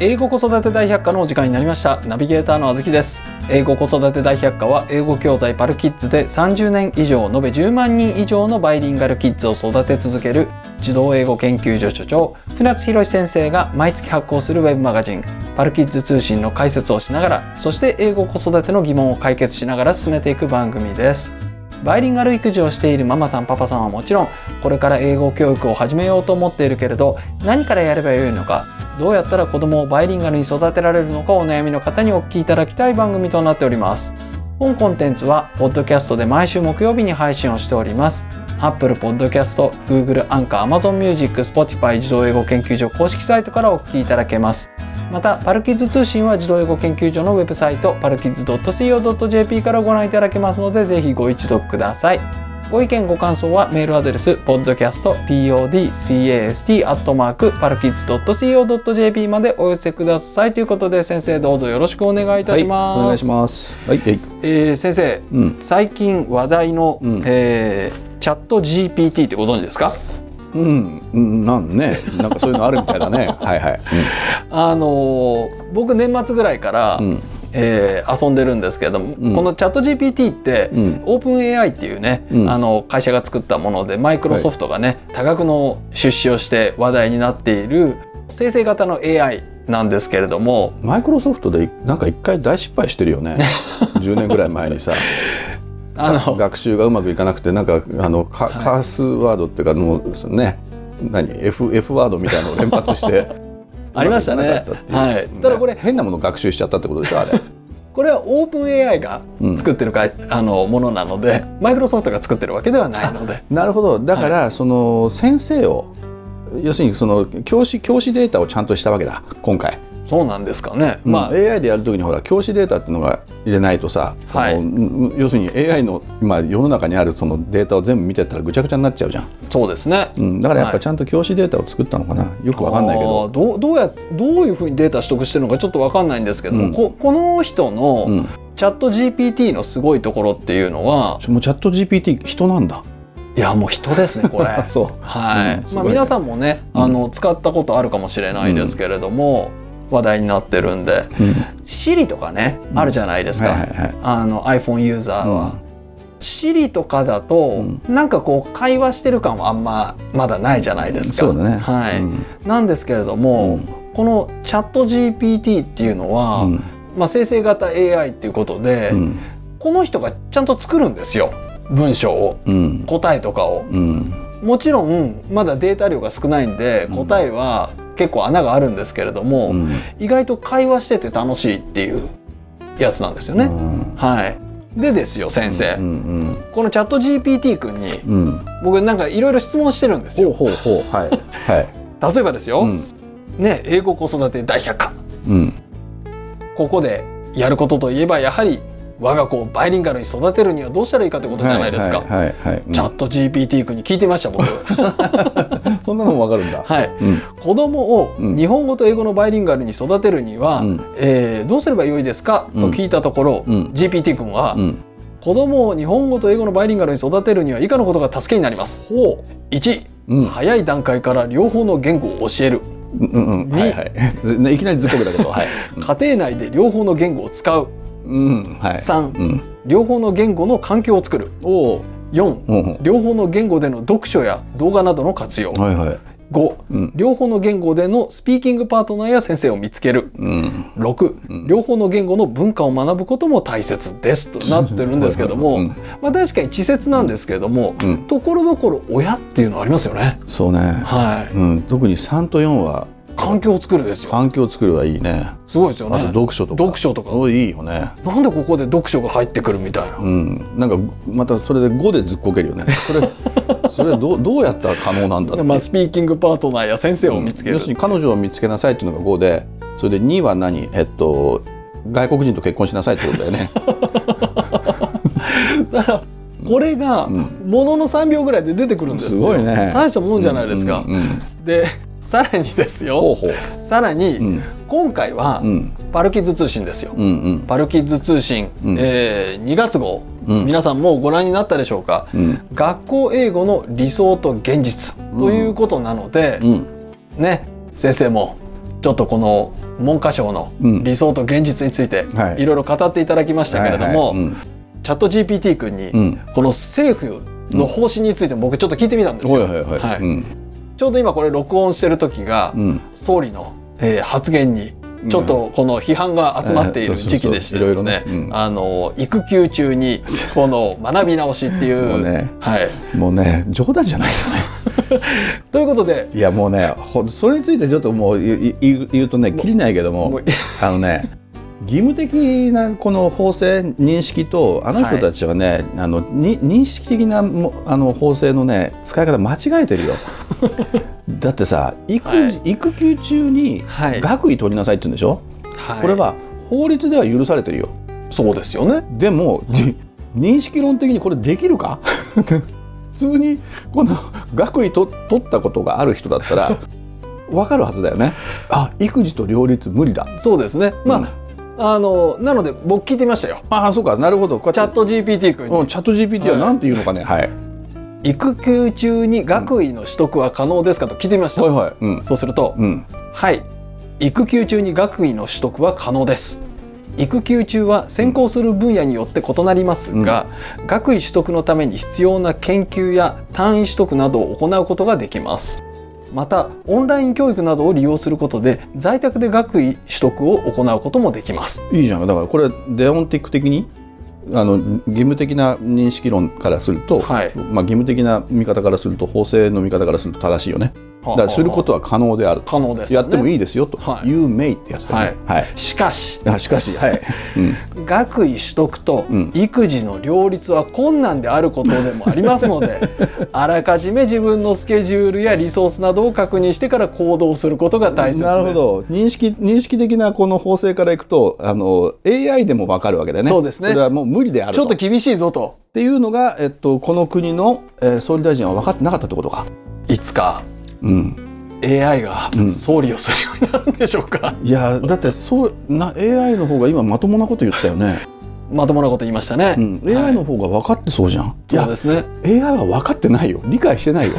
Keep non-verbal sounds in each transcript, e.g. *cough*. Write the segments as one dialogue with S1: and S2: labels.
S1: 英語子育て大百科のお時間になりましたナビゲーターのあずきです英語子育て大百科は英語教材パルキッズで30年以上延べ10万人以上のバイリンガルキッズを育て続ける児童英語研究所所長船津博史先生が毎月発行するウェブマガジンパルキッズ通信の解説をしながらそして英語子育ての疑問を解決しながら進めていく番組ですバイリンガル育児をしているママさんパパさんはもちろんこれから英語教育を始めようと思っているけれど何からやればよいのかどうやったら子供をバイリンガルに育てられるのかお悩みの方にお聞きいただきたい番組となっております本コンテンツはポッドキャストで毎週木曜日に配信をしております Apple Podcast、Google アンカー、Amazon Music、Spotify 児童英語研究所公式サイトからお聞きいただけますまたパルキッズ通信は児童英語研究所のウェブサイトパルキッズ .co.jp からご覧いただけますのでぜひご一読くださいご意見ご感想はメールアドレス podcast podcast.co.jp までお寄せくださいということで先生どうぞよろしくお願いいたします。
S2: はい、お願いします。はい、えい
S1: えー先生、
S2: うん、
S1: 最近話題の、
S2: うん
S1: えーチャット GPT ってご存知ですか
S2: うん、うん、なんね、なんかそういうのあるみたいだ *laughs* ね。はいはい、
S1: あのー僕年末ぐらいから、
S2: うん、
S1: えー遊んでるんですけども、
S2: うん
S1: このチャット GPT って、
S2: うん
S1: オープン AI っていうね、
S2: うん
S1: あの会社が作ったものでマイクロソフトがね、多額の出資をして話題になっている生成型の AI なんですけれども
S2: うん、マイクロソフトで、なんか一回大失敗してるよ *laughs* ね。10年ぐらい前にさ、
S1: あの
S2: 学習がうまくいかなくて、なんか、あの、か
S1: はい
S2: カースワードっていうか、もう、ね。何、F、F ワードみたいなのを連発 *laughs* して。
S1: ありましたね
S2: うまくいかなかった
S1: は
S2: って
S1: いうただこれ
S2: 変なものを学習しちゃったってことでしょあれ。
S1: これはオープン AI が
S2: うん
S1: 作ってるか、あのものなのでマイクロソフトが作ってるわけではないので
S2: なるほどだから、その先生を要するにその教師教師データをちゃんとしたわけだ今回、
S1: そうなんですかね、
S2: ま
S1: ま
S2: あ、AI でやるときにほら教師データっていうのが入れないとさ、
S1: はい
S2: この要するに AI の今世の中にあるそのデータを全部見てったらぐちゃぐちゃになっちゃうじゃん、
S1: あそうですね
S2: うん、だからやっ
S1: は
S2: ぱ
S1: い
S2: ちゃんと教師データを作ったのかなよくわかんないけ
S1: あー
S2: ど。
S1: どうどうやどういうふうにデータ取得してるのかちょっとわかんないんですけども、
S2: うん
S1: ここの人の、
S2: うん、も
S1: チャット GPT のすごいところっていうのは
S2: うチャット GPT 人なんだ
S1: いやもう人です
S2: *laughs*
S1: ねこれ
S2: そ
S1: はい、
S2: うんす
S1: ま
S2: ご
S1: あ
S2: いね
S1: 皆さんもね、
S2: うん
S1: あの使ったことあるかもしれないですけれども、話題になってるんで
S2: う、うん
S1: Siri とかねあるじゃないです
S2: はい
S1: か、
S2: はいはい
S1: あの iPhone ユーザーは、Siri とかだと、なんかこう会話してる感はあんままだないじゃないで
S2: うん、
S1: すか。
S2: そうだね、
S1: はい
S2: うん
S1: なんですけれど
S2: う
S1: も、
S2: ん
S1: このチャット GPT っていうのは、
S2: うん
S1: まあ、生成型 AI っていうことで、
S2: うん
S1: この人がちゃんと作るんですよ文章を
S2: うん
S1: 答えとかを。
S2: うん
S1: もちろんまだデータ量が少ないんで
S2: うん
S1: 答えは結構穴があるんですけれども、
S2: うん
S1: 意外と会話してて楽しいっていうやつなんですよね。
S2: うん
S1: はいでですよ先生、
S2: うんうん
S1: このチャット GPT 君に
S2: うん、
S1: 僕なんかいろいろ質問してるんです
S2: ほう
S1: よ。
S2: ほうほうはいはい、
S1: 例えばですよ、
S2: うん
S1: ね英語子育て大百科
S2: うん、
S1: ここでやることといえばやはり我が子をバイリンガルに育てるにはどうしたらいいかってことじゃないですか。
S2: はいはいはいはいうん
S1: チャット GPT 君に聞いてみました僕。
S2: そんなのもわかるんだ。
S1: はい。
S2: うん
S1: 子供を
S2: うん
S1: 日本語と英語のバイリンガルに育てるには、
S2: うん
S1: えーどうすればよいですかと聞いたところ、
S2: うん
S1: GPT 君は、
S2: うん
S1: 子供を日本語と英語のバイリンガルに育てるには以下のことが助けになります。1
S2: うん
S1: 早い段階から両方の言語を教える
S2: うんうんはいはいずねいきなりずっこけたけどはい
S1: 家庭内で両方の言語を使う
S2: うんはい
S1: 三
S2: うん
S1: 両方の言語の環境を作る
S2: おお
S1: 4
S2: うんうん
S1: 両方の言語での読書や動画などの活用
S2: はいはい
S1: 5
S2: うん
S1: 両方の言語でのスピーキングパートナーや先生を見つける
S2: うん
S1: 6、
S2: うん
S1: 両方の言語の文化を学ぶことも大切ですとなってるんですけど
S2: う
S1: も
S2: ん
S1: まあ確かに稚拙なんですけれども、
S2: うん
S1: ところどころ親っていうのありますよね。
S2: そうね
S1: はい、
S2: うん特に三と四は
S1: 環境を作るですよ。
S2: 環境を作るはいいね
S1: すごいですよ
S2: あ
S1: ね。
S2: と読書とか
S1: 読書とか
S2: おいいよね
S1: なんでここで読書が入ってくるみたいな。
S2: うんなんかまたそれで五でずっこけるよねそれそれどうどうやったら可能なんだって
S1: まあスピーキングパートナーや先生を見つける。
S2: 要するに彼女を見つけなさいっていうのが5でそれで2は何えっと外国人と結婚しなさいってことだよね
S1: だからこれが
S2: うん
S1: ものの3秒ぐらいで出てくるんですよ。
S2: すごいね
S1: 大したもんじゃないですか。
S2: うんうん
S1: でさらにです
S2: ほう
S1: よ。
S2: ほう
S1: さらに、
S2: うん
S1: 今回は
S2: うん
S1: パルキッズ通信ですよ。
S2: うんうん
S1: パルキッズ通信、
S2: うん
S1: えー2月号、
S2: うん
S1: 皆さんもうご覧になったでしょうか、
S2: うん
S1: 学校英語の理想と現実ということなので
S2: う、ん
S1: ね先生もちちょっとこの文科省の
S2: うん
S1: 理想と現実について
S2: はい
S1: いろいろ語っていただきましたけれども、
S2: はいはいうん
S1: チャット GPT 君に
S2: うん
S1: この政府の方針についても僕ちょっと聞いてみたんです
S2: はい
S1: よ。
S2: はいはい、
S1: はい
S2: うん
S1: ちょうど今これ録音してる時が
S2: うん
S1: 総理の、えー発言にちょっとこの批判が集まっている
S2: うん
S1: 時期でして
S2: そう
S1: です
S2: そうそう
S1: ね
S2: いろいろねうん
S1: あの育休中
S2: *laughs*
S1: にこの学び直しってい
S2: も
S1: う。
S2: うね
S1: はい、
S2: もうね冗談じゃないよね
S1: ということで
S2: いやもうねほんそれについてちょっともういい言う言うとねきりないけども
S1: もう
S2: あのね義務的なこの法制認識とあの人たちはね、あのに認識的なもあの法制のね使い方間違えてる *laughs* よだってさ育,、
S1: はい
S2: 育休中に
S1: はい
S2: 学位取りなさいって言うんでしょ、
S1: はい
S2: これは法律では許されてるよ
S1: そうですよね。
S2: でも、じ認識論的にこれできるか *laughs* 普通にこの学位と取ったことがある人だった *laughs* らわかるはずだよねあ育児と両立無理だ
S1: そうですね。まあ、
S2: うん
S1: あのなので僕聞いてみましたよ。
S2: ああそうかなるほどこう
S1: チ
S2: や
S1: ャ
S2: っ
S1: ッ
S2: て
S1: ト GPT 君
S2: う
S1: に
S2: ん、チャット GPT はなんて言うのかねはい、はい、
S1: 育休中に学位の取得は可能ですかと聞いてみました。
S2: はいはいうん
S1: そうすると、
S2: うん
S1: はい、育休中に学位の取得は可能です。育休中は専攻する分野によって異なりますが、学位取得のために必要な研究や単位取得などを行うことができます。またオンライン教育などを利用することで在宅で学位取得を行うこともできます。
S2: いいじゃんだからこれデオンティック的にあの義務的な認識論からすると、
S1: はい
S2: まあ、義務的な見方からすると法制の見方からすると正しいよねだからすることは可能であると
S1: 可能です、ね、
S2: やっても
S1: い
S2: いいですよと、
S1: はい
S2: いう名ってやつだよね。はい。
S1: しかし
S2: あしかし、はい。うん
S1: 学位取得と
S2: うん
S1: 育児の両立は困難であることでもありますの
S2: *laughs*
S1: であらかじめ自分のスケジュールやリソースなどを確認してから行動することが *laughs* 大切です。
S2: なるほど。認識認識的なこの法制からいくと、あの AI でもわかるわけだよね。
S1: そうですね
S2: それはもう無理である
S1: ちょ
S2: と。
S1: っと厳しいぞと
S2: っていうのが、えっとこの国の、えー総理大臣は分かってなかったってことか。
S1: いつか
S2: うん
S1: AI が
S2: うん
S1: 総理をするようになるんでしょうか、
S2: いやだってそうな AI の方が今まともなこと言ったよね、
S1: まともなこと言いましたね、
S2: うん、
S1: はい
S2: AI の方が分かってそうじゃん、い、
S1: そう
S2: や
S1: ですね
S2: AI は分かってないよ理解し
S1: *laughs*
S2: てないよ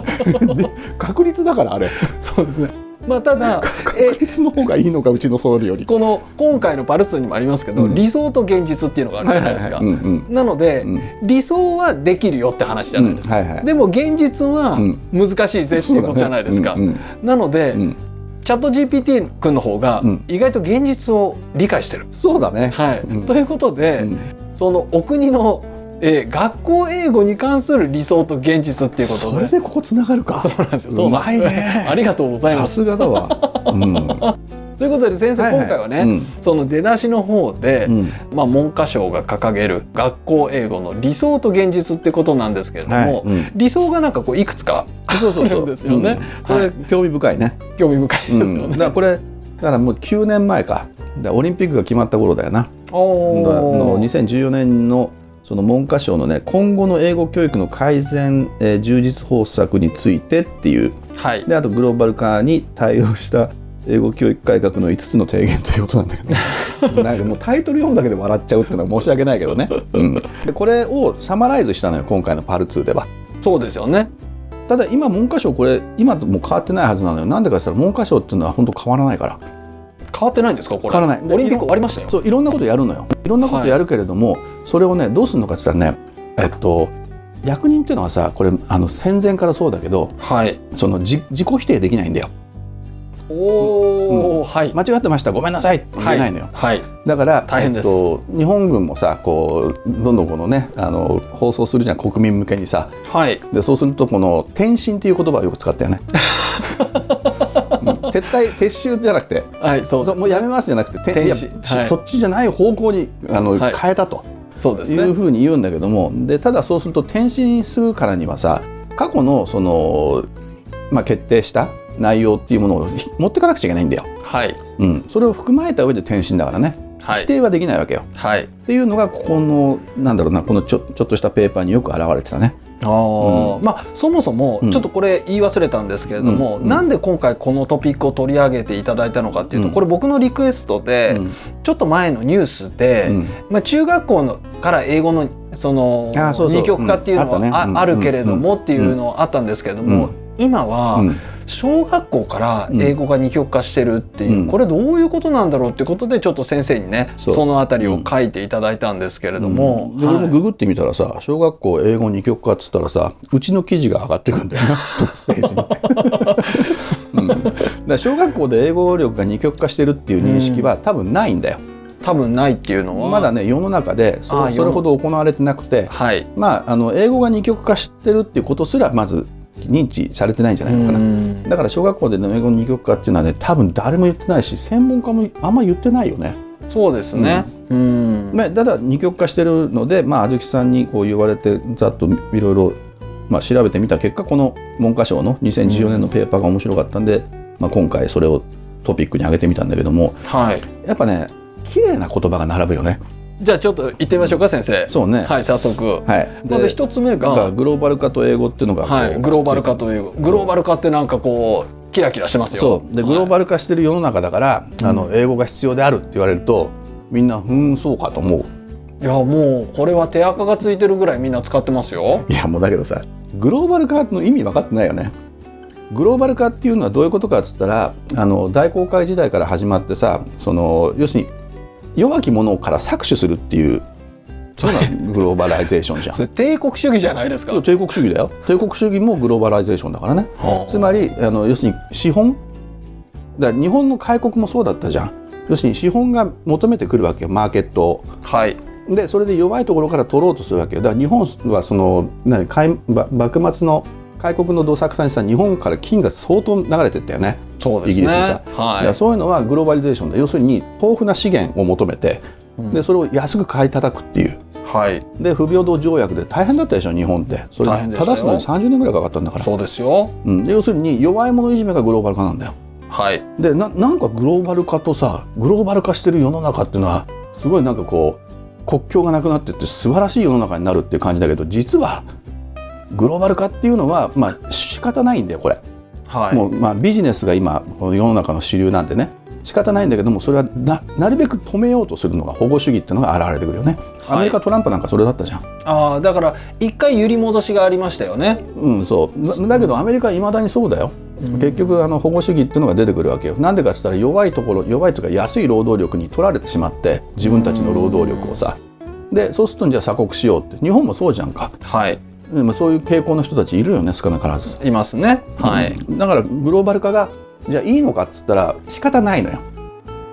S2: で確率だからあれ
S1: そうですねまあただえ
S2: 確率の方がいいのかうちの総理より
S1: この今回のパルツーにもありますけど、
S2: うん
S1: 理想と現実っていうのがあるじゃないですか、
S2: うんうん
S1: なので、
S2: うん
S1: 理想はできるよって話じゃないですか、
S2: うんはいはい
S1: でも現実は
S2: うん
S1: 難しいぜっていうことじゃないですか、
S2: そうだね
S1: なので、
S2: うんうんうん
S1: チャット GPT 君の方が
S2: うん
S1: 意外と現実を理解してる、
S2: そうだね。
S1: はい
S2: うん
S1: ということで、
S2: うん
S1: そのお国の、えー学校英語に関する理想と現実っていうこと
S2: そ
S1: で
S2: れでここつながるか。
S1: そうなんですよそう
S2: う
S1: なん
S2: まい
S1: です
S2: ね
S1: *laughs* 。ありがとうございま
S2: さ
S1: す
S2: すがだわ。
S1: *laughs*
S2: うん。は
S1: ということで先生、
S2: いはい
S1: 今回はね、
S2: うん
S1: その出だしの方で、
S2: うん
S1: まあ、文科省が掲げる学校英語の理想と現実ってことなんですけれども、
S2: はいうん
S1: 理想がなんかこういくつか
S2: そうそう
S1: あ
S2: そ *laughs*
S1: る
S2: うん
S1: ですよね
S2: うんこ
S1: *laughs* は
S2: れ
S1: い
S2: 興味深いね。
S1: 興味深いですよ
S2: うん
S1: ね。
S2: だからこれだからもう9年前か。だからオリンピックが決まった頃だよな。
S1: お
S2: だあの
S1: ー
S2: 2014年のその文科省のね今後の英語教育の改善、えー充実方策についてっていう
S1: はい、
S2: であとグローバル化に対応した英語教育改革の5つの提言ということなんだけどなんかもうタイトル読むだけで笑っちゃうっていうのは申し訳ないけどね、うん、でこれをサマライズしたのよ今回のパル2では
S1: そうですよね。
S2: ただ今文科省これ今ともう変わってないはずなのよなんでかって言ったら文科省っていうのは本当変わらないから
S1: 変わってないんですかこれ。
S2: 変わらない
S1: オリンピック終わりましたよ。
S2: そういろんなことやるのよいろんなことやるけれども、それをねどうするのかって言ったらねえっと役人っていうのはさこれあの戦前からそうだけど
S1: はい。
S2: その自自己否定できないんだよ
S1: おお、はい。
S2: 間違ってましたごめんなさいって言えないのよ、
S1: はい。
S2: だから
S1: 大変です
S2: えっと、日本軍もさこうどんどんこのねあの放送するじゃん国民向けにさ
S1: はい。
S2: でそうするとこの「転身」っていう言葉をよく使っ
S1: *laughs*
S2: たよね。うん撤退撤収じゃなくて
S1: はい。そう
S2: そ
S1: で
S2: うもうやめますじゃなくて転いや
S1: 転身
S2: ち
S1: はい
S2: そっちじゃない方向にあの、
S1: はい
S2: 変えたと
S1: す。そうです
S2: いう
S1: ね。
S2: ふうに言うんだけどもでただそうすると転身するからにはさ過去のその、まあ、決定した内容っていうものをひ持ってかなくちゃいけないんだよ、
S1: はい。
S2: うん、それを含まれた上で転身だからね、
S1: はい
S2: 否定はできないわけよ。
S1: はい。
S2: っていうのがここのなんだろうなこのちょちょっとしたペーパーによく表れてたね。
S1: ああ、まあそもそも
S2: うん
S1: ちょっとこれ言い忘れたんですけれども、
S2: うんうん
S1: なんで今回このトピックを取り上げていただいたのかっていうと、
S2: うん
S1: これ僕のリクエストで、
S2: うん
S1: ちょっと前のニュースで、
S2: うん
S1: まあ、中学校のから英語のその
S2: あーそうそう
S1: 二極化っていうのは
S2: うんあっ
S1: あ,、
S2: たねうん
S1: あるけれども
S2: うん
S1: っていうのはあったんですけれども、
S2: うん
S1: 今は
S2: うん
S1: 小学校から
S2: うん
S1: 英語が二極化してるっていう、
S2: うん
S1: これどういうことなんだろうってことでちょっと先生にね
S2: そ
S1: そうのあたりを書いていただいたんですけれども、
S2: で俺も
S1: はい
S2: ググってみたらさ、小学校英語二極化っつったらさうちの記事が上がってくんだよ
S1: *laughs*
S2: なトップページにうん、だから小学校で英語力が二極化してるっていう認識は多分ないんだよ、
S1: 多分ないっていうのは
S2: まだね世の中でそ
S1: ああ
S2: それほど行われてなくて
S1: はい
S2: まああの英語が二極化してるっていうことすらまず認知されてないんじゃないのかな、
S1: うん
S2: だから小学校での英語の二極化っていうのはね多分誰も言ってないし専門家もあんま言ってないよね。
S1: そうですね。うん。
S2: まあ、ただ二極化してるので、まあ、あずきさんにこう言われてざっといろいろ、まあ、調べてみた結果この文科省の2014年のペーパーが面白かったんで、まあ、今回それをトピックに挙げてみたんだけども
S1: はい。
S2: やっぱね綺麗な言葉が並ぶよね。
S1: じゃあちょっと行ってみましょうか先生。
S2: そうね、
S1: はい早速。
S2: はいで
S1: まず一つ目
S2: なんか
S1: が、
S2: グローバル化と英語っていうのがこう
S1: はい、グローバル化というグローバル化ってなんかこうキラキラしてますよ。
S2: そうでグロー
S1: ル、
S2: バル化してる世の中だから、あの英語が必要であるって言われるとみんな「ふーんそうか」と思う。
S1: い、やもうこれは手垢がついてるぐらいみんな使ってますよ。
S2: いやもうだけどさグローバル化の意味分かってないよね。グローバル化っていうのはどういうことかっつったらあの大航海時代から始まってさその要するに弱き者から搾取するっていうそうなのグローバライゼーションじゃ
S1: *laughs*
S2: ん
S1: そ。れ帝国主義じゃないですか。
S2: 帝国主義だよ帝国主義もグローバライゼーションだからね
S1: はあ
S2: つまりあの要するに資本だから日本の開国もそうだったじゃん要するに資本が求めてくるわけよマーケットを
S1: はい。
S2: でそれで弱いところから取ろうとするわけよだから日本はその何開ば幕末の開国のどさくさにさ日本から金が相当流れてったよね、
S1: そうですね。
S2: イギリスのさだから
S1: は
S2: そういうのはグローバリゼーションで要するに豊富な資源を求めて、
S1: うん
S2: でそれを安く買い叩くっていう
S1: い。はい。
S2: で不平等条約で大変だったでしょ日本ってそれ
S1: 大変でしたよ
S2: 正すのに30年ぐらいかかったんだから、
S1: そうですよ。
S2: うん、で要するに弱い者いじめがグローバル化なんだよ
S1: はい。
S2: でななんかグローバル化とさグローバル化してる世の中っていうのはすごいなんかこう国境がなくなってって素晴らしい世の中になるっていう感じだけど実はグローバル化っていうのはまあ仕方ないんだよこれ、
S1: はい。
S2: もうまあビジネスが今この世の中の主流なんでね仕方ないんだけどもそれはななるべく止めようとするのが保護主義っていうのが現れてくるよね、
S1: はい
S2: アメリカトランプなんかそれだったじゃん
S1: ああだから一回揺り戻しがありましたよね。
S2: うん、そうだだけどアメリカはいまだにそうだよ、結局あの保護主義っていうのが出てくるわけよなんでかっつったら弱いところ弱いというか安い労働力に取られてしまって自分たちの労働力をさ、でそうするとじゃあ鎖国しようって日本もそうじゃんか、
S1: はい。
S2: うんまあそういう傾向の人たちいるよね少なからず、
S1: いますね。はい。
S2: だからグローバル化がじゃあいいのかっつったら仕方ないのよ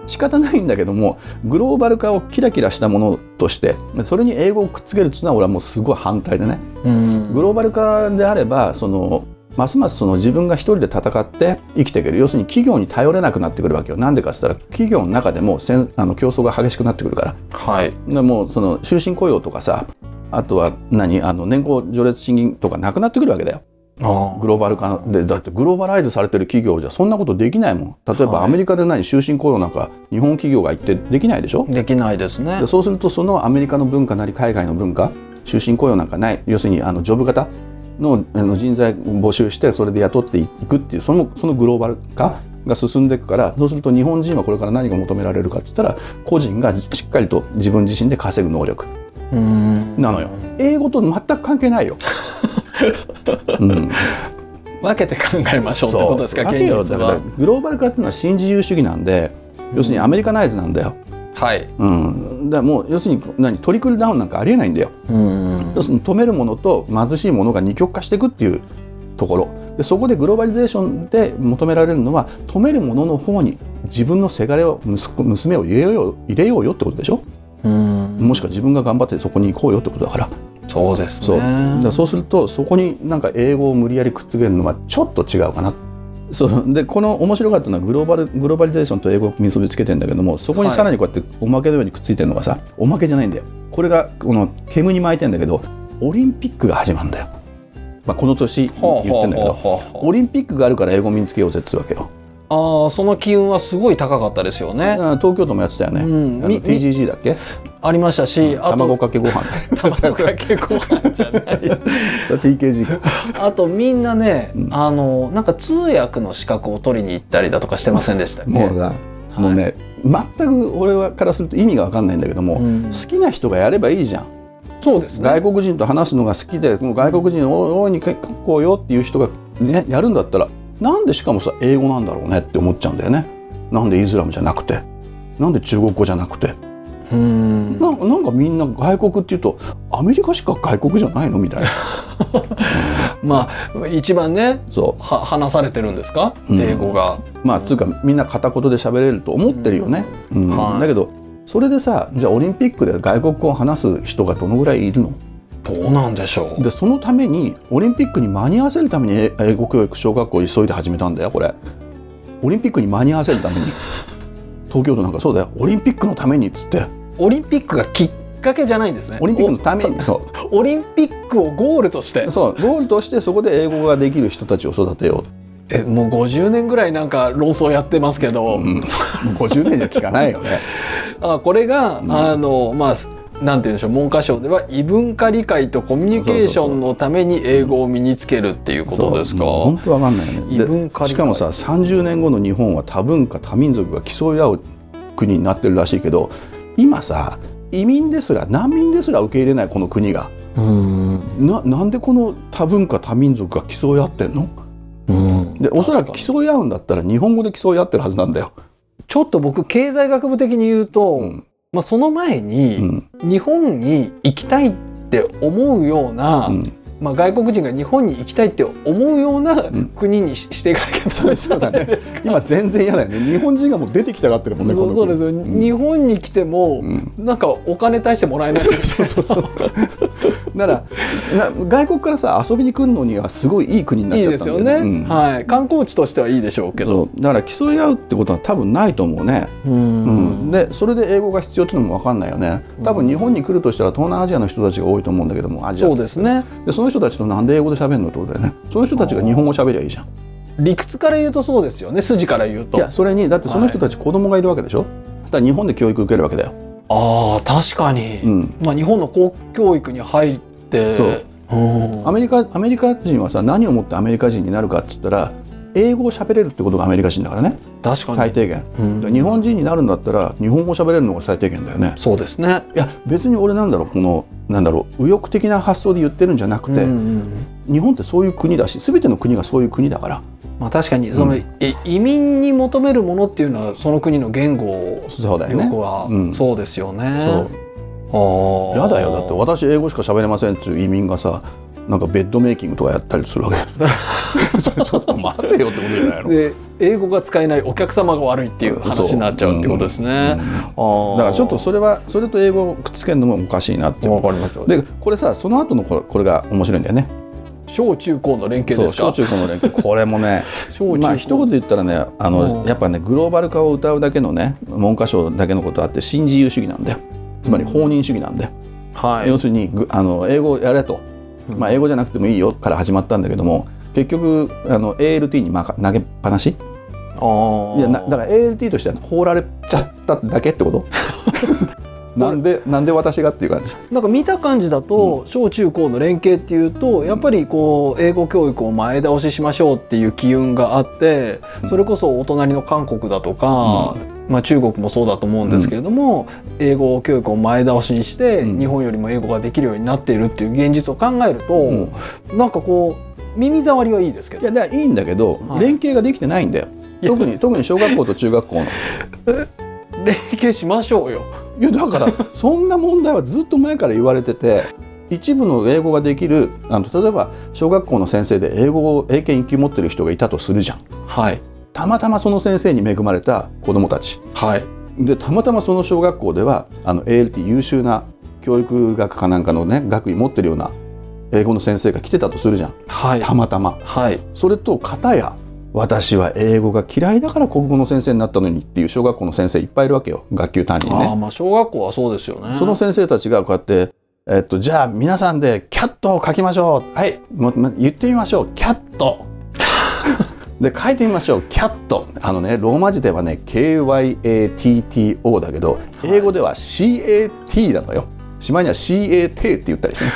S2: 仕方ないんだけどもグローバル化をキラキラしたものとしてそれに英語をくっつけるっていうのは俺はもうすごい反対でね
S1: うん
S2: グローバル化であればそのますますその自分が一人で戦って生きていける要するに企業に頼れなくなってくるわけよなんでかって言ったら企業の中でもせんあの競争が激しくなってくるから
S1: はい。
S2: でもうその終身雇用とかさあとは何あの年功序列賃金とかなくなってくるわけだよ
S1: あ
S2: グローバル化でだってグローバライズされてる企業じゃそんなことできないもん例え
S1: は
S2: ば
S1: い
S2: アメリカで何終身雇用なんか日本企業が行ってできないでしょ、
S1: できないですね
S2: で。そうするとそのアメリカの文化なり海外の文化終身雇用なんかない要するにあのジョブ型のあの人材募集してそれで雇っていくっていうそのそのグローバル化が進んでいくからそうすると日本人はこれから何が求められるかって言ったら個人がしっかりと自分自身で稼ぐ能力
S1: うん
S2: なのよ。英語と全く関係
S1: *laughs*
S2: ないよ。うん、
S1: 分けて考えましょうってことですか
S2: そう
S1: 現
S2: わけ
S1: 実
S2: よだから
S1: は。
S2: グローバル化っていうのは新自由主義なんで要するにアメリカナイズなんだよ。
S1: はい。
S2: うん、だからもう要するに何トリクルダウンなんかありえないんだよ。
S1: うん
S2: 要するに止めるものと貧しいものが二極化していくっていうところでそこでグローバリゼーションで求められるのは止めるものの方に自分のせがれを息子娘を入れよう入れようよってことでしょ
S1: うん。
S2: もしくは自分が頑張ってそこに行こうよってことだから
S1: そうです
S2: そう,、だ
S1: ね
S2: から。そうするとそこになんか英語を無理やりくっつけるのはちょっと違うかなそうでこの面白かったのはグローバルグローバリゼーションと英語を結びつけてんだけどもそこにさらにこうやっておまけのようにくっついてるのがさ、おまけじゃないんだよこれがこの煙に巻いてんだけどオリンピックが始まるんだよ、まあ、この年言
S1: ほ
S2: っ
S1: う
S2: てんだけど
S1: ほうほうほう
S2: オリンピックがあるから英語を身につけようぜっつうわけよ
S1: ああその機運はすごい高かったですよね。
S2: あ東京都もやってたよね、
S1: うん
S2: あ
S1: み
S2: の TGG だっけ
S1: ありましたし、あ
S2: 卵
S1: と
S2: かけご飯 *laughs*
S1: 卵かけご飯じゃない。
S2: そう TKG が
S1: あとみんなね
S2: う、ん
S1: あのなんか通訳の資格を取りに行ったりだとかしてませんでしたっけ？
S2: もうさ、
S1: い
S2: もうね全く俺はからすると意味が分かんないんだけども、
S1: うん
S2: 好きな人がやればいいじゃん
S1: そうですね。
S2: 外国人と話すのが好きでもう外国人を大いにこうよっていう人が、ね、やるんだったらなんでしかもさ英語なんだろうねって思っちゃうんだよねなんでイスラムじゃなくてなんで中国語じゃなくて
S1: うーん
S2: ななんかみんな外国っていうとアメリカしか外国じゃないのみたいな
S1: *laughs* まあ一番ね
S2: そ
S1: は話されてるんですか、
S2: うん
S1: 英語が。
S2: うまあつうかみんな片言で喋れると思ってるよね、うん
S1: はい
S2: だけどそれでさじゃあオリンピックで外国語を話す人がどのぐらいいるの
S1: どうなんでしょう
S2: でそのためにオリンピックに間に合わせるためにえ英語教育小学校を急いで始めたんだよこれオリンピックに間に合わせるために *laughs* 東京都なんかそうだよオリンピックのためにっつって
S1: オリンピックがきっかけじゃないんですね
S2: オリンピックのためにそう
S1: おオリンピックをゴールとして
S2: そうゴールとしてそこで英語ができる人たちを育てよ
S1: えもう50年ぐらいなんか論争やってますけど、
S2: う、うん、もう50年じゃ聞かないよね
S1: あこれが、
S2: うん
S1: あのまあすなんて言うんでしょう文科省では異文化理解とコミュニケーションのために英語を身につけるっていうことですか。
S2: もう本当わかんないよね
S1: 異文化理解
S2: でしかもさ30年後の日本は多文化多民族が競い合う国になってるらしいけど今さ移民ですら難民ですら受け入れないこの国が
S1: うん
S2: ななんでこの多文化多民族が競い合ってんのでおそらく
S1: 確かに
S2: 競い合うんだったら日本語で競い合ってるはずなんだよ。
S1: ちょっと僕経済学部的に言うと、
S2: うん
S1: まあ、その前
S2: う
S1: に、
S2: ん
S1: 日本に行きたいって思うような、
S2: うん、
S1: まあ、外国人が日本に行きたいって思うようなん国にし,、していかなきゃいけ
S2: そ
S1: な
S2: う
S1: い
S2: そうだね
S1: ですか。
S2: 今全然嫌だよね日本人がもう出てきたがってるもんね
S1: そうそうです
S2: よ、
S1: よ、
S2: ん
S1: 日本に来ても、
S2: うん
S1: なんかお金対してもらえないでしょ
S2: そうそうならな外国からさ遊びに来るのにはすごいいい国にないっ
S1: い
S2: ちゃ
S1: で
S2: った
S1: す
S2: んだ
S1: よ
S2: よ
S1: ね、
S2: ね。うん
S1: はい、観光地としてはいいでしょうけど
S2: そうだから競い合うってことは多分ないと思うね、
S1: う
S2: うん、でそれで英語が必要っていうのも分かんないよね多分日本に来るとしたら東南アジアの人たちが多いと思うんだけどもアジア
S1: そうですね
S2: でその人たちとなんで英語で喋るのってことだよねその人たちが日本語喋りゃいいじゃん
S1: 理屈から言うとそうですよね筋から言う
S2: い
S1: と
S2: やそれにだってその人たち子供がいるわけでしょ、そしたら日本で教育受けるわけだよ、
S1: あー確かに、
S2: うん、
S1: まあ、日本の公教育に入って
S2: そう、
S1: うん
S2: アメリカアメリカ人はさ何をもってアメリカ人になるかっつったら英語を喋れるってことがアメリカ人だからね
S1: 確かに
S2: 最低限、
S1: うん
S2: だから日本人になるんだったら日本語喋れるのが最低限だよね
S1: そうですね
S2: いや別に俺なんだろうこのなんだろう右翼的な発想で言ってるんじゃなくて、
S1: うんうんうん
S2: 日本ってそういう国だし全ての国がそういう国だから
S1: まあ、確かにその、
S2: うん
S1: い移民に求めるものっていうのはその国の言語を
S2: そうだよね
S1: よくは、
S2: うん
S1: そうですよね。
S2: そう
S1: ああ
S2: やだよだって私英語しか喋れませんっていう移民がさなんかベッドメイキングとかやったり
S1: *laughs*
S2: するわけちょっと待てよってことじゃないの
S1: で英語が使えないお客様が悪いっていう話になっちゃうってことですね。
S2: だからちょっと
S1: れ
S2: それはそれと英語をくっつけるのもおかしいなって
S1: わかりました。で
S2: でこれさその後のこれこれが面白いんだよね
S1: 小中高の連携
S2: そう
S1: です
S2: 小
S1: か。
S2: 中高の連携これも *laughs* ね
S1: 小中
S2: まあ一言で言ったらねあ
S1: う
S2: の
S1: ん
S2: やっぱねグローバル化を謳うだけのね文科省だけのことあって新自由主義なんだよつまり放任主義なんだよ、
S1: はい。
S2: 要するにぐあの英語をやれと、
S1: うん
S2: まあ、英語じゃなくてもいいよから始まったんだけども結局あの ALT にまか投げっぱなし
S1: ああ
S2: いやなだから ALT としては放られちゃっただけってこと *laughs* なんでなんで私がっていう感じ
S1: なんか見た感じだと、小中高の連携っていうとやっぱりこう英語教育を前倒ししましょうっていう機運があって、
S2: うん
S1: それこそお隣の韓国だとか、
S2: う
S1: まあ、中国もそうだと思うんですけれども、英語教育を前倒しにして、
S2: うん
S1: 日本よりも英語ができるようになっているっていう現実を考えると、なんかこう耳障りはいいですけ
S2: い
S1: ど
S2: やだからいいんだけど、
S1: はい
S2: 連携ができてないんだよ
S1: いや
S2: 特に特に小学校と中学校の
S1: 連携しましょうよ。
S2: いやだからそんな問題はずっと前から言われてて一部の英語ができるあの例えば小学校の先生で英語を英検一級持ってる人がいたとするじゃん
S1: はい、
S2: たまたまその先生に恵まれた子どもたち
S1: はい
S2: でたまたまその小学校ではあの ALT 優秀な教育学科なんかのね学位持ってるような英語の先生が来てたとするじゃん
S1: はい
S2: たまたま
S1: はい
S2: それと片や私は英語が嫌いだから国語の先生になったのにっていう小学校の先生いっぱいいるわけよ学級担任
S1: ああ
S2: ね
S1: まあ小学校はそうですよね。
S2: その先生たちがこうやって、えっと、じゃあ皆さんでキャットを書きましょうはいもも言ってみましょうキャットで書いてみましょうキャットあのねローマ字ではね KYATTO だけど英語では CAT なのよしまいには CAT って言ったりする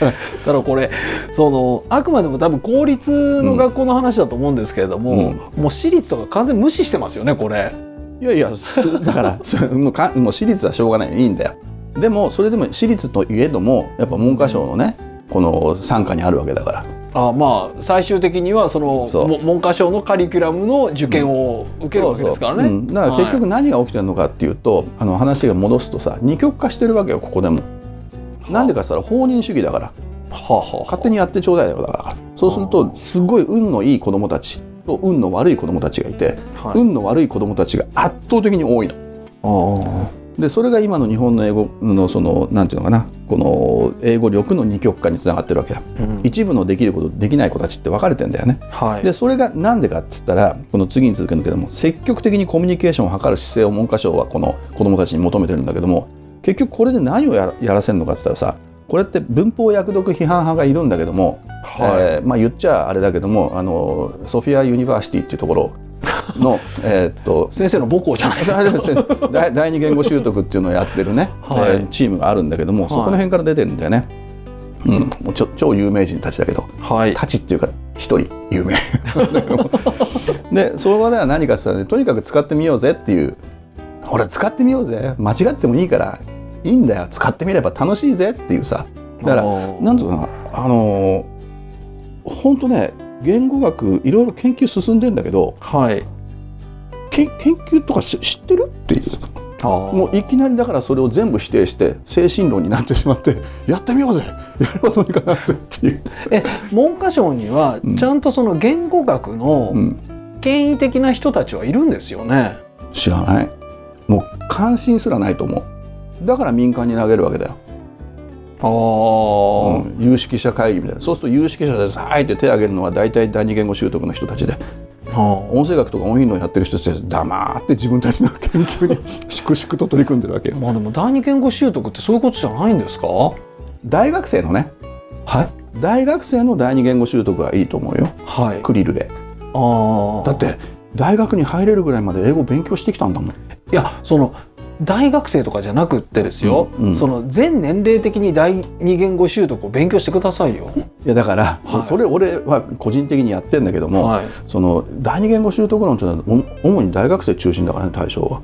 S1: だからこれそのあくまでも多分公立の学校の話だと思うんですけれども、もう私立とか完全無視してますよねこれ。
S2: いやいやすだからそれもうかもう私立はしょうがないいいんだよでもそれでも私立といえどもやっぱ文科省のねこの傘下にあるわけだから
S1: あまあ最終的にはその
S2: そう
S1: も文科省のカリキュラムの受験を受けるわけですからね。
S2: そうそううんだから結
S1: は
S2: 局何が起きてるのかっていうと、あの話が戻すとさ二極化してるわけよここでも。なんでかって言ったら放任主義だから
S1: いはあはあはあ
S2: 勝手にやってちょうだいよだからそうするとすごい運のいい子供たちと運の悪い子供たちがいて、
S1: はい
S2: 運の悪い子供たちが圧倒的に多いの。
S1: あ
S2: でそれが今の日本の英語のそのなんていうのかなこの英語力の二極化につながってるわけだ。
S1: あ、うん
S2: 一部のできることできない子たちって分かれてんだよね。
S1: はい。
S2: でそれがなんでかって言ったらこの次に続けるんだけども積極的にコミュニケーションを図る姿勢を文科省はこの子どもたちに求めてるんだけども結局これで何をやらやらせるのかって言ったらさこれって文法訳読批判派がいるんだけども、
S1: はい
S2: えーまあ、言っちゃあれだけどもあのソフィア・ユニバーシティっていうところ
S1: *laughs*
S2: のえーっと
S1: 先生の母校じゃないですか。
S2: *laughs* 第第二言語習得っていうのをやってるね、
S1: はい
S2: えーチームがあるんだけども、そこの辺から出てるんだよね。うん、もうちょ超有名人たちだけど
S1: はい。
S2: たちっていうか一人有名 *laughs* でその場では何かって言ったらねとにかく使ってみようぜっていう俺使ってみようぜ間違ってもいいからいいんだよ使ってみれば楽しいぜっていうさだからなんつうかなあのー、ほんとね言語学いろいろ研究進んでんだけど
S1: はい。
S2: け研究とかし知ってるっていう
S1: あ
S2: もういきなりだからそれを全部否定して精神論になってしまってやってみようぜやればどうにかなるぜっていう。
S1: え文科省には
S2: うん
S1: ちゃんとその言語学の
S2: うん
S1: 権威的な人たちはいるんですよね。
S2: 知らないもう関心すらないと思うだから民間に投げるわけだよ、
S1: ああ、
S2: うん有識者会議みたいなそうすると有識者でさーいって手を挙げるのは大体第二言語習得の人たちで
S1: は
S2: 音声学とか音韻論やってる人たちは黙って自分たちの研究に
S1: *laughs*
S2: 粛々と取り組んでるわけ
S1: あ。
S2: よ
S1: まあでも第二言語習得ってそういうことじゃないんですか。は
S2: 大学生のね
S1: い
S2: 大学生の第二言語習得はいいと思うよ
S1: はい。
S2: クリルで
S1: ああ。
S2: だって大学に入れるぐらいまで英語勉強してきたんだもん
S1: いやその大学生とかじゃなくってですよ、
S2: うんうん
S1: その全年齢的に第二言語習得を勉強してくださいよ。
S2: いやだから、
S1: はい
S2: それ俺は個人的にやってんだけども、
S1: はい、
S2: その第二言語習得論というのはお主に大学生中心だからね対象は。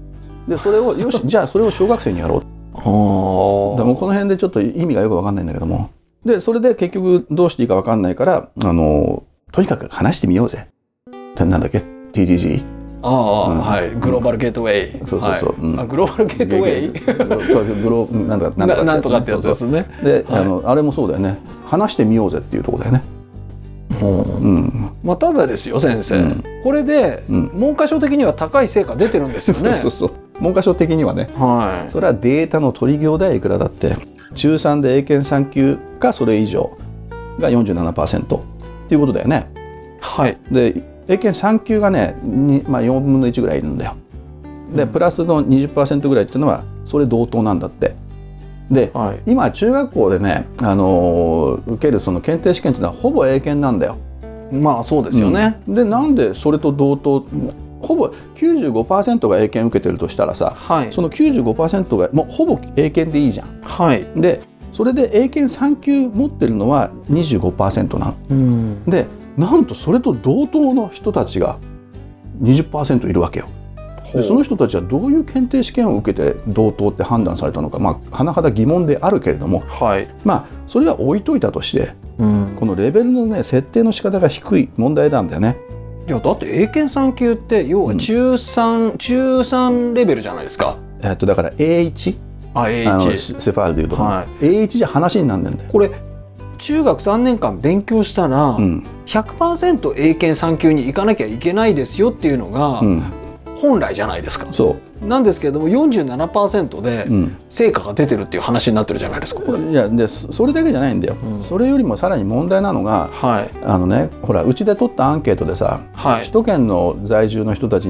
S2: でそれをよし *laughs* じゃあそれを小学生にやろうだ
S1: あ
S2: からもうこの辺でちょっと意味がよく分かんないんだけどもでそれで結局どうしていいか分かんないからあのとにかく話してみようぜななんだっけ TGG
S1: ああ、
S2: うん
S1: はいグローバルゲートウェイ、
S2: そうそうそう
S1: はい
S2: うん
S1: あグローバルゲートウェイ
S2: イグロなんとか
S1: ななんとか
S2: や
S1: っ
S2: つ
S1: てやつですね。
S2: そうそうで、
S1: はい
S2: あのあれもそうだよね話してみようぜっていうところだよねうん
S1: まあ、ただですよ先生、
S2: うん
S1: これで
S2: うん
S1: 文科省的には高い成果出てるんですよ
S2: *laughs* そう
S1: ね。
S2: そうそう文科省的にはね
S1: はい。
S2: それはデータの取り業でいくらだって中3で英検3級かそれ以上が47%っていうことだよね
S1: はい。
S2: で英検3級がね、にまあ、4分の1ぐらいいるんだよでプラスの20%ぐらいっていうのはそれ同等なんだってで
S1: はい。
S2: 今中学校でね、あのー受けるその検定試験っていうのはほぼ英検なんだよ
S1: まあそうですよね。
S2: うんでなんでそれと同等ほぼ95%が英検受けてるとしたらさ
S1: はい。
S2: その95%がもうほぼ英検でいいじゃん
S1: はい。
S2: でそれで英検3級持ってるのは25%なの
S1: うん。
S2: でなんとそれと同等の人たちが20%いるわけよでその人たちはどういう検定試験を受けて同等って判断されたのかまあ甚だ疑問であるけれども
S1: はい。
S2: まあそれは置いといたとして
S1: うん。
S2: このレベルのね設定の仕方が低い問題なんだよね
S1: いやだって英検三級って要は中三、中三レベルじゃないですか。
S2: えっとだから A1
S1: あ、英
S2: あの
S1: 一。
S2: セセファールでいうとこの、
S1: はい
S2: A1 じゃ話になんねんだよ、
S1: これ中学三年間勉強したら
S2: うん
S1: 100%英検三級に行かなきゃいけないですよっていうのが
S2: うん、
S1: 本来じゃないですか。
S2: そ
S1: なんですけれども47%で
S2: う、うん、
S1: 成果が出てるっていう話になってるじゃないですか。これ
S2: いやでそそれだけじゃないんだよ、
S1: うん
S2: それよりもさらに問題なのが
S1: はい
S2: あのねほらうちで取ったアンケートでさ、
S1: はい
S2: 首都圏の在住の人たち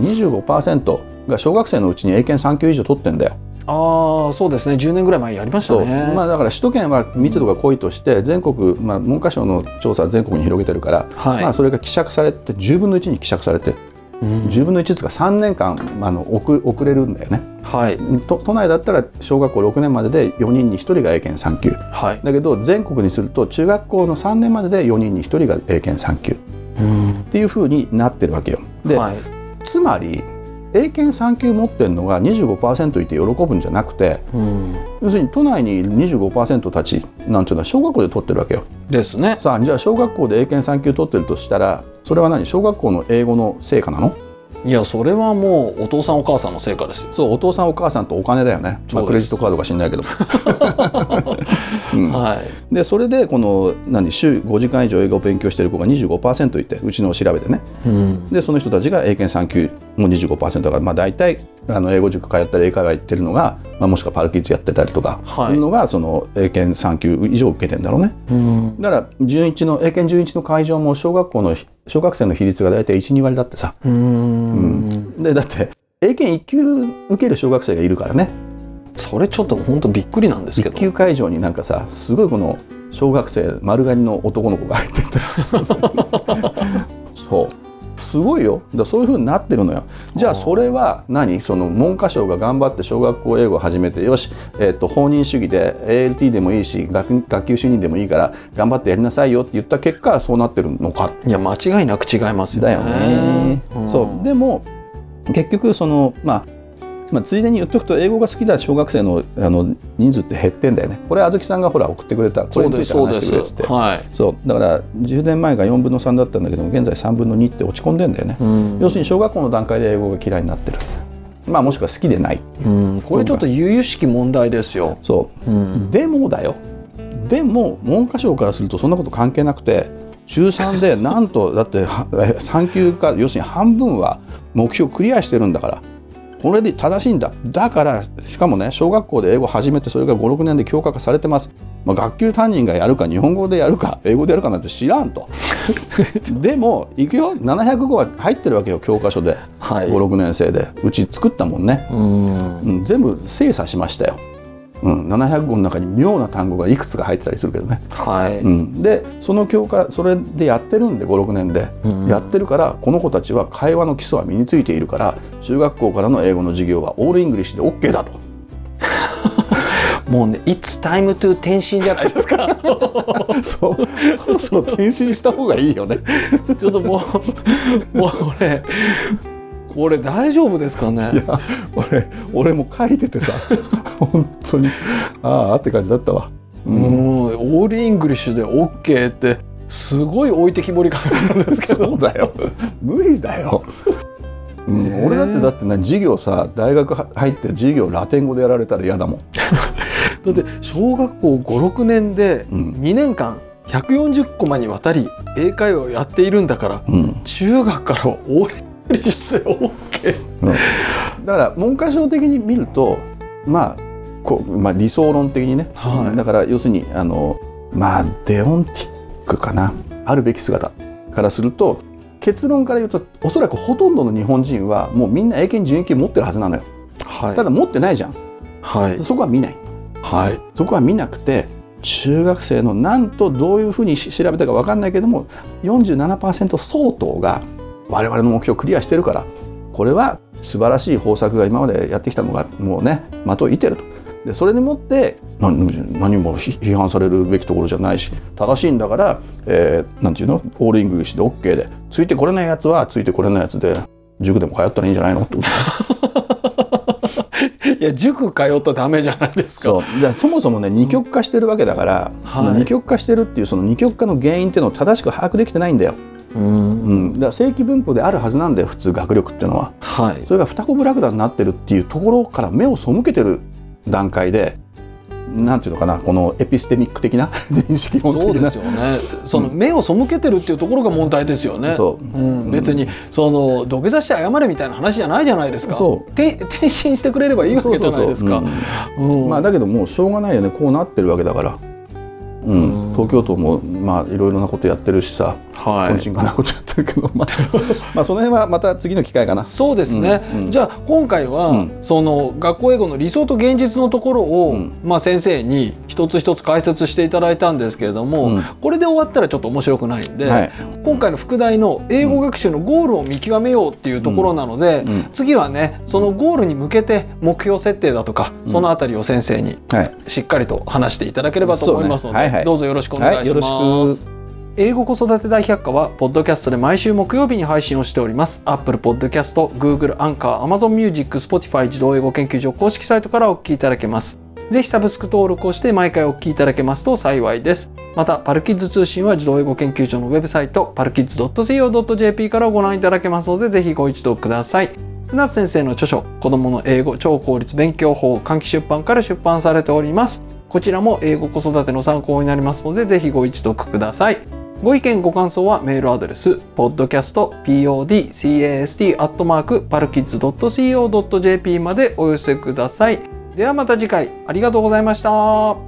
S2: 25%が小学生のうちに英検3級以上取ってんだよ。
S1: ああそうですね10年ぐらい前やりました
S2: そう
S1: ね。
S2: まあ、だから首都圏は密度が濃いとして全国、まあ、文科省の調査は全国に広げてるから、
S1: はい
S2: まあ、それが希釈されて10分の1に希釈されて
S1: うん
S2: 10分の1つか3年間あの遅遅れるんだよね。
S1: はい
S2: と都内だったら小学校6年までで4人に1人が英検3級。
S1: はい。
S2: だけど全国にすると中学校の3年までで4人に1人が英検3級っ
S1: うん
S2: ていうふうになってるわけよ。で、
S1: はい
S2: つまり英検3級持ってるのが25%いて喜ぶんじゃなくて
S1: うん、
S2: 要するに都内にいる25%たちなんていうのは小学校で取ってるわけよ。
S1: ですね。
S2: さあじゃあ小学校で英検3級取ってるとしたらそれは何小学校の英語の成果なの
S1: いやそれはもうお父さんお母さんの成果ですよ。
S2: そうお父さんお母さんとお金だよね、
S1: そう
S2: ま
S1: です
S2: あ、クレジットカードか知んないけどうん
S1: はい。
S2: でそれでこの何週5時間以上英語を勉強してる子が25%いてうちのを調べてね
S1: うん、
S2: でその人たちが英検3級もう25%だから、まあ、大体あの英語塾通ったり英会話行ってるのが、まあ、もしくはパルキッズやってたりとか、
S1: はい
S2: そういうのがその英検3級以上受けてんだろうね
S1: うん、
S2: だから11の英検11の会場も小学校の小学生の比率が大体12割だってさ
S1: うん、
S2: でだって英検1級受ける小学生がいるからね
S1: それちょっと本当びっくりなんですけ
S2: 1
S1: ど。
S2: 級会場になんかさすごいこの小学生丸刈りの男の子が入ってったりするそうすごいよだからそういうふうになってるのよじゃあ
S1: あー
S2: それは何その文科省が頑張って小学校英語を始めてよし、えっと放任主義で ALT でもいいし学学級主任でもいいから頑張ってやりなさいよって言った結果そうなってるのか
S1: いや間違いなく違いますよね。
S2: だよね。
S1: ん
S2: そうでも結局その、まあまあ、ついでに言っとくと英語が好きな小学生のあの人数って減ってんだよねこれあずきさんがほら送ってくれたこ
S1: そ
S2: れ
S1: う
S2: につ
S1: で
S2: い
S1: す
S2: て
S1: そう
S2: 話
S1: で
S2: してくれっつって
S1: す。はい。
S2: そうだから10年前が4分の3だったんだけども現在3分の2って落ち込んでんだよね、
S1: うん
S2: 要するに小学校の段階で英語が嫌いになってるまあもしくは好きでない
S1: うん、これちょっと由々しき問題ですよ。、
S2: そううんでもだよでも文科省からするとそんなこと関係なくて中3でなんとだってはえ3級か要するに半分は目標クリアしてるんだからこれで正しいんだだからしかもね小学校で英語始めてそれが56年で教科化されてます、まあ、学級担任がやるか日本語でやるか英語でやるかなんて知らんとでも行くよ700語は入ってるわけよ教科書で
S1: はい。
S2: 56年生でうち作ったもんね
S1: うん、
S2: うん、全部精査しましたよ、うん、700語の中に妙な単語がいくつか入ってたりするけどね、
S1: はい。
S2: うん、でその教科それでやってるんで56年で、
S1: うん
S2: やってるからこの子たちは会話の基礎は身についているから中学校からの英語の授業はオールイングリッシュで OK だと *laughs*
S1: もうね、it's time to 転身じゃないです
S2: *laughs*
S1: か。
S2: そうそろそろ転身した方がいいよね
S1: ちょっともう、もうこれ、これ大丈夫ですかね。
S2: 俺俺も書いててさ本当にああって感じだったわ、う、
S1: うんん、オールイングリッシュで OK って、すごい置いてきぼり感なんですけ
S2: そ
S1: ど。
S2: うだよ無理だよ、うん
S1: ねえ
S2: 俺だってだってな授業さ大学は入って授業ラテン語でやられたら嫌だもん
S1: だって、小学校5、6年で
S2: うん
S1: 2年間、140コマにわたり英会話をやっているんだから、
S2: うん、
S1: 中学からはオールイングリッシュで OK。
S2: うんだから文科省的に見るとまあこう、まあ、理想論的にね、
S1: はい
S2: だから要するにあのまあデオンティックかなあるべき姿からすると結論から言うとおそらくほとんどの日本人はもうみんな英検準英検持ってるはずなのよ
S1: はい
S2: ただ持ってないじゃん
S1: はい。
S2: そこは見ない
S1: はい。
S2: そこは見なくて中学生のなんとどういうふうにし調べたか分かんないけども47%相当が我々の目標をクリアしてるからこれは素晴らしい方策が今までやってきたのがもうね的を射てると。でそれでもって何何もひ批判されるべきところじゃないし正しいんだから、えーなんていうのオールイングリッシュで OK でついてこれないやつはついてこれないやつで塾でも通ったらいいんじゃないのってこと
S1: いや、塾通ったらダメじゃないですか。
S2: そうだからそもそもね二極化してるわけだから、
S1: はい
S2: その二極化してるっていうその二極化の原因っていうのを正しく把握できてないんだよ、
S1: うん。
S2: うん、だから正規分布であるはずなんだよ普通学力っていうのは
S1: はい。
S2: それが二子ブラクダになってるっていうところから目を背けてる段階でなんていうのかなこのエピステミック的な *laughs* 認識本
S1: そ
S2: 的
S1: うで
S2: な
S1: すよね。その目を背けてるっていうところが問題ですよね。
S2: そう
S1: うん、別にその土下座して謝れみたいな話じゃないじゃないですか。
S2: そう
S1: て転身してくれればいいわけじゃないですか。
S2: うん
S1: うん
S2: まあだけどもうしょうがないよねこうなってるわけだから、うん
S1: うん
S2: 東京都もまあいろいろなことやってるしさ
S1: は
S2: とん
S1: い。
S2: ちんかなことやってるけど、まあ、 *laughs* まあその辺はまた次の機会かな。
S1: そうですね、
S2: うんうん
S1: じゃあ今回は、
S2: うん
S1: その学校英語の理想と現実のところを、
S2: うん
S1: まあ、先生に一つ一つ解説していただいたんですけれども、
S2: うん
S1: これで終わったらちょっと面白くないんで、
S2: はい
S1: 今回の副題の英語学習のゴールを見極めようっていうところなので、
S2: うんうん
S1: 次はねそのゴールに向けて目標設定だとか、そのあたりを先生に
S2: はい、
S1: しっかりと話していただければと思いますので、
S2: そうねはいはい
S1: どうぞよろしくお願いします。
S2: はい、よろしく。
S1: 英語子育て大百科はポッドキャストで毎週木曜日に配信をしております Apple Podcast、Google、Anchor、Amazon Music、Spotify 自動英語研究所公式サイトからお聞きいただけますぜひサブスク登録をして毎回お聞きいただけますと幸いですまたパルキッズ通信は自動英語研究所のウェブサイトパルキッズ .co.jp からご覧いただけますのでぜひご一読ください船津先生の著書「子どもの英語超効率勉強法」換気出版から出版されておりますこちらも英語子育ての参考になりますのでぜひご一読くださいご意見ご感想はメールアドレス podcastpodcast.co.jp までお寄せくださいではまた次回ありがとうございました